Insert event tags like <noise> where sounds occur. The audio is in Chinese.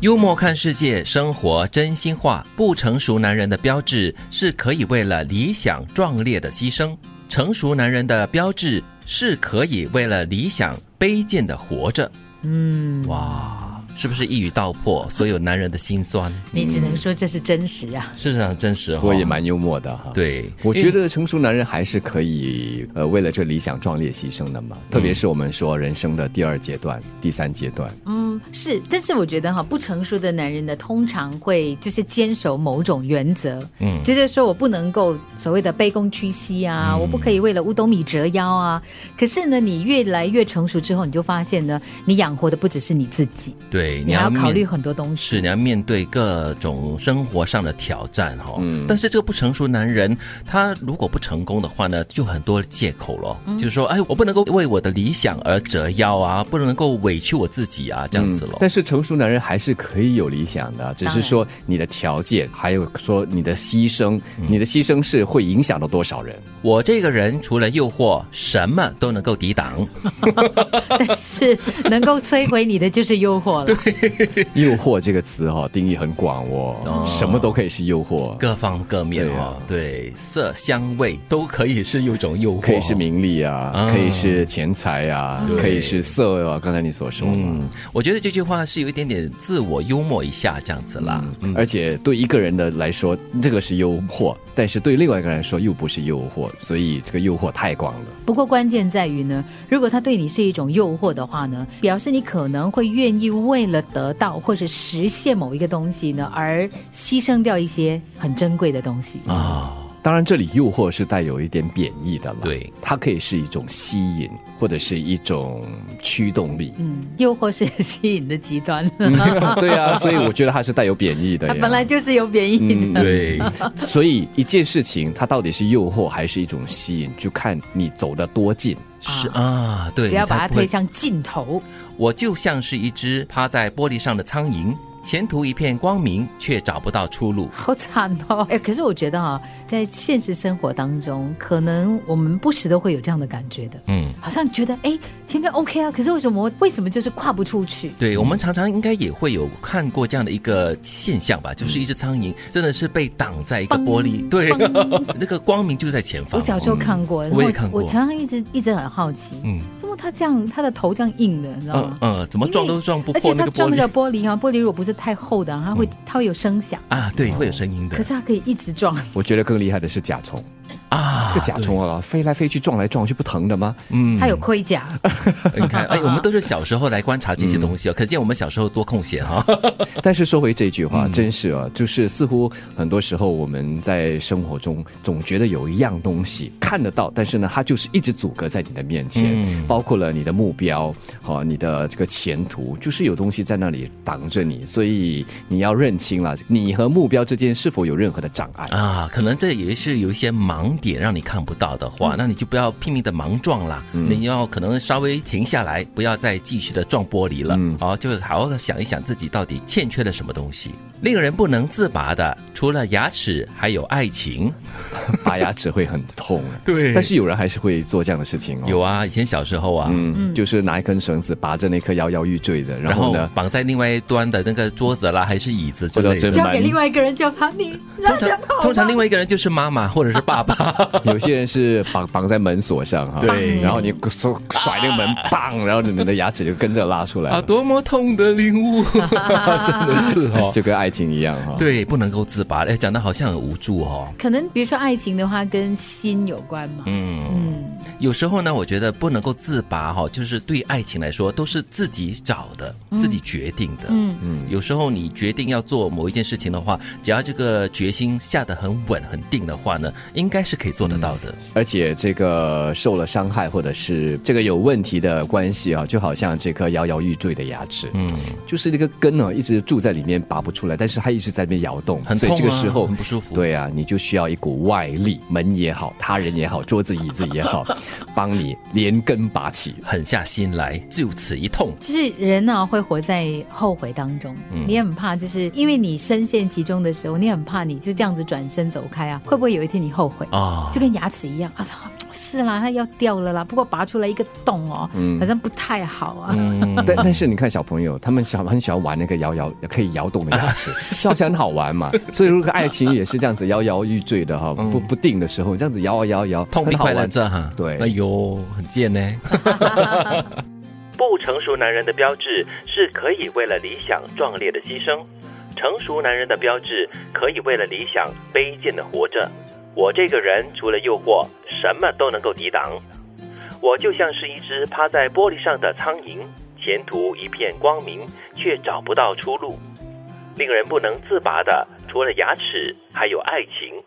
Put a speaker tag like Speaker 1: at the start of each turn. Speaker 1: 幽默看世界，生活真心话。不成熟男人的标志是可以为了理想壮烈的牺牲，成熟男人的标志是可以为了理想卑贱的活着。
Speaker 2: 嗯，
Speaker 1: 哇，是不是一语道破所有男人的心酸？
Speaker 2: 你只能说这是真实啊。
Speaker 1: 是啊，真实
Speaker 3: 不过
Speaker 1: 哦。
Speaker 3: 也蛮幽默的哈。，
Speaker 1: 对，
Speaker 3: 我觉得成熟男人还是可以呃为了这理想壮烈牺牲的嘛，特别是我们说人生的第二阶段、第三阶段，
Speaker 2: 嗯，是，但是我觉得哈，不成熟的男人呢，通常会就是坚守某种原则，
Speaker 1: 嗯
Speaker 2: 就是说我不能够所谓的卑躬屈膝啊，我不可以为了五斗米折腰啊。可是呢，你越来越成熟之后，你就发现呢，你养活的不只是你自己，
Speaker 1: 对，
Speaker 2: 你要考
Speaker 1: 面
Speaker 2: 虑很
Speaker 1: <laughs>
Speaker 2: 多东
Speaker 1: 是
Speaker 2: 西
Speaker 1: 你。要面对各种生活上的挑战哈、
Speaker 3: 嗯
Speaker 1: 但是这个不成熟男人，他如果不成功的话呢，就很多借口咯，
Speaker 2: 嗯
Speaker 1: 就是说，哎，我不能够为我的理想而折腰啊，不能够委屈我自己啊，这样子咯。
Speaker 3: 嗯但是成熟男人还是可以有理想的，只
Speaker 2: 当
Speaker 3: 是
Speaker 2: 然
Speaker 3: 说你的条件，还有说你的牺牲，你的牺牲是会影响到多少人。
Speaker 1: 我这个人除了诱惑，什么都能够抵挡。
Speaker 2: 但是能够摧毁你的就是诱惑了。
Speaker 3: 诱惑这个词哈、哦，定义很广哦，什么都可以是诱惑，
Speaker 1: 各方各面
Speaker 3: 对啊
Speaker 1: 哈、对，色香味都可以是一种诱惑，
Speaker 3: 可以是名利啊，
Speaker 1: 嗯
Speaker 3: 可以是钱财啊，
Speaker 1: 对
Speaker 3: 可以是色啊，刚才你所说嘛。
Speaker 1: 嗯，我觉得这句话是有一点点自我幽默一下这样子啦。
Speaker 3: 嗯而且对一个人的来说，这个是诱惑，但是对另外一个人来说又不是诱惑，所以这个诱惑太广了。
Speaker 2: 不过关键在于呢，如果他对你是一种诱惑的话呢，表示你可能会愿意为了得到或者实现某一个东西呢，而牺牲掉一些很珍贵的东西。
Speaker 3: 当然，这里诱惑是带有一点贬义的了，
Speaker 1: 对，
Speaker 3: 它可以是一种吸引，或者是一种驱动力。 <laughs>
Speaker 2: 嗯，诱惑是吸引的极端，
Speaker 3: 对啊，所以我觉得它是带有贬义的
Speaker 2: 它
Speaker 3: 呀。
Speaker 2: 本来就是有贬义
Speaker 3: 嗯
Speaker 2: 的。
Speaker 1: 对，
Speaker 3: 所以一件事情，它到底是诱惑还是一种吸引，就看你走得多近。
Speaker 1: 是啊，对，
Speaker 2: 不要
Speaker 1: 你才
Speaker 2: 把它
Speaker 1: 会
Speaker 2: 推向尽头。
Speaker 1: 我就像是一只趴在玻璃上的苍蝇，前途一片光明，却找不到出路。
Speaker 2: 好惨哦！ <laughs> 哎，可是我觉得啊，在现实生活当中，可能我们不时都会有这样的感觉的，
Speaker 1: 嗯，
Speaker 2: 好像觉得哎前面 OK 啊，可是为什么为什么就是跨不出去？
Speaker 1: 对，我们常常应该也会有看过这样的一个现象吧，就是一只苍蝇真的是被挡在一个玻璃，对， <laughs> 那个光明就在前方。
Speaker 2: 我小时候看过，然
Speaker 1: 嗯
Speaker 2: 后
Speaker 1: 我也看过
Speaker 2: 我常常一直一直很好奇，
Speaker 1: 嗯
Speaker 2: 怎么他这样，他的头这样硬的，你知道
Speaker 1: 嗯
Speaker 2: 吗？
Speaker 1: 嗯，怎么撞都撞不破
Speaker 2: 而且
Speaker 1: 那
Speaker 2: 他
Speaker 1: 个
Speaker 2: 撞
Speaker 1: 玻
Speaker 2: 那
Speaker 1: 璃
Speaker 2: 个玻璃哈，玻璃如果不是太厚的，它会它会有声响，
Speaker 1: 啊，对，会有声音的
Speaker 2: 可。是它可以一直撞。
Speaker 3: 我觉得更厉害的是甲虫啊，这个甲虫啊，飞来飞去，撞来撞去，不疼的吗？
Speaker 2: 它有盔甲，
Speaker 1: 嗯你看，哎，我们都是小时候来观察这些东西哦，可见我们小时候多空闲哈。
Speaker 3: 但是说回这句
Speaker 1: 嗯
Speaker 3: 话，真是啊，就是似乎很多时候我们在生活中总觉得有一样东西看得到，但是呢，它就是一直阻隔在你的面前，
Speaker 1: 嗯
Speaker 3: 包括了你的目标和、你的这个前途，就是有东西在那里挡着你，所以你要认清了你和目标之间是否有任何的障
Speaker 1: <laughs>
Speaker 3: 碍。
Speaker 1: 啊，可能这也是有一些盲点让你看不到的
Speaker 3: 嗯
Speaker 1: 话，那你就不要拼命的盲撞啦，你要可能稍微停下来，不要再继续的撞玻璃了，
Speaker 3: 嗯
Speaker 1: 好、就好好的想一想自己到底欠缺了什么东西。令人不能自拔的，除了牙齿，还有爱情。
Speaker 3: 拔牙齿会很痛，啊
Speaker 1: 对
Speaker 3: 但是有人还是会做这样的事情哦。
Speaker 1: 有啊，以前小时候啊。
Speaker 3: 嗯，就是拿一根绳子拔着那颗摇摇欲坠的，然
Speaker 1: 然
Speaker 3: 后
Speaker 1: 后
Speaker 3: 呢，
Speaker 1: 绑在另外一端的那个桌子啦，还是椅子之
Speaker 3: 或者
Speaker 1: 类的
Speaker 2: <laughs>
Speaker 3: 真。
Speaker 2: 交给
Speaker 3: 蛮
Speaker 2: 另外一个人叫他你，
Speaker 1: 通
Speaker 2: 让他
Speaker 1: 常
Speaker 2: 跑吧。
Speaker 1: 通常另外一个人就是妈妈或者是爸
Speaker 3: <laughs>
Speaker 1: 爸。
Speaker 3: 有些人是绑绑在门锁上哈，
Speaker 1: 对
Speaker 3: 然后你甩甩那个门，
Speaker 1: <laughs>
Speaker 3: 砰，然后你的牙齿就跟着拉出来了，
Speaker 1: 多么痛的领
Speaker 3: <laughs>
Speaker 1: 悟，真的是哦
Speaker 3: 就跟爱情一样哈。
Speaker 1: 对，不能够自拔。哎，讲的好像很无助哦。
Speaker 2: 可能比如说爱情的话，跟心有关嘛。嗯
Speaker 1: 有时候呢，我觉得不能够自拔哈、就是对爱情来说都是自己找的，
Speaker 3: 嗯
Speaker 1: 自己决定的。
Speaker 2: 嗯
Speaker 1: 嗯，有时候你决定要做某一件事情的话，只要这个决心下得很稳很定的话呢，应该是可以做得到的。
Speaker 3: 而且这个受了伤害或者是这个有问题的关系啊，就好像这颗摇摇欲坠的牙齿，嗯，就是那个根呢、一直住在里面拔不出来，但是它一直在那边摇动，
Speaker 1: 很
Speaker 3: 所以这
Speaker 1: 痛
Speaker 3: 个
Speaker 1: 啊
Speaker 3: 时候
Speaker 1: 很不舒服
Speaker 3: 对啊，你就需要一股外力，门也好，他人也好，桌子椅子也好，帮你连根拔起。
Speaker 1: 狠下心来，就此一痛。
Speaker 2: 就是人呢、会活在后悔当中，
Speaker 1: 嗯
Speaker 2: 你很怕，就是因为你深陷其中的时候，你很怕你就这样子转身走开啊，会不会有一天你后悔？
Speaker 1: 啊、
Speaker 2: 就跟牙齿一样啊，是啦，它要掉了啦，不过拔出来一个洞哦，好像不太好啊。
Speaker 1: 嗯
Speaker 3: 但但是你看小朋友，他们小很喜欢玩那个摇摇可以摇动
Speaker 1: <laughs>
Speaker 3: 的牙齿，笑起来很好玩嘛。所以如果爱情也是这样子摇摇欲坠的哈，不不定的时候这样子摇啊摇啊摇，
Speaker 1: 痛并
Speaker 3: 很
Speaker 1: 嗯
Speaker 3: 好
Speaker 1: 快乐
Speaker 3: 玩。
Speaker 1: 着哈。
Speaker 3: 对
Speaker 1: 哎呦，很贱呢。
Speaker 4: 不成熟男人的标志是可以为了理想壮烈的牺牲，成熟男人的标志可以为了理想卑贱的活着。我这个人除了诱惑，什么都能够抵挡。我就像是一只趴在玻璃上的苍蝇，前途一片光明，却找不到出路。令人不能自拔的，除了牙齿，还有爱情。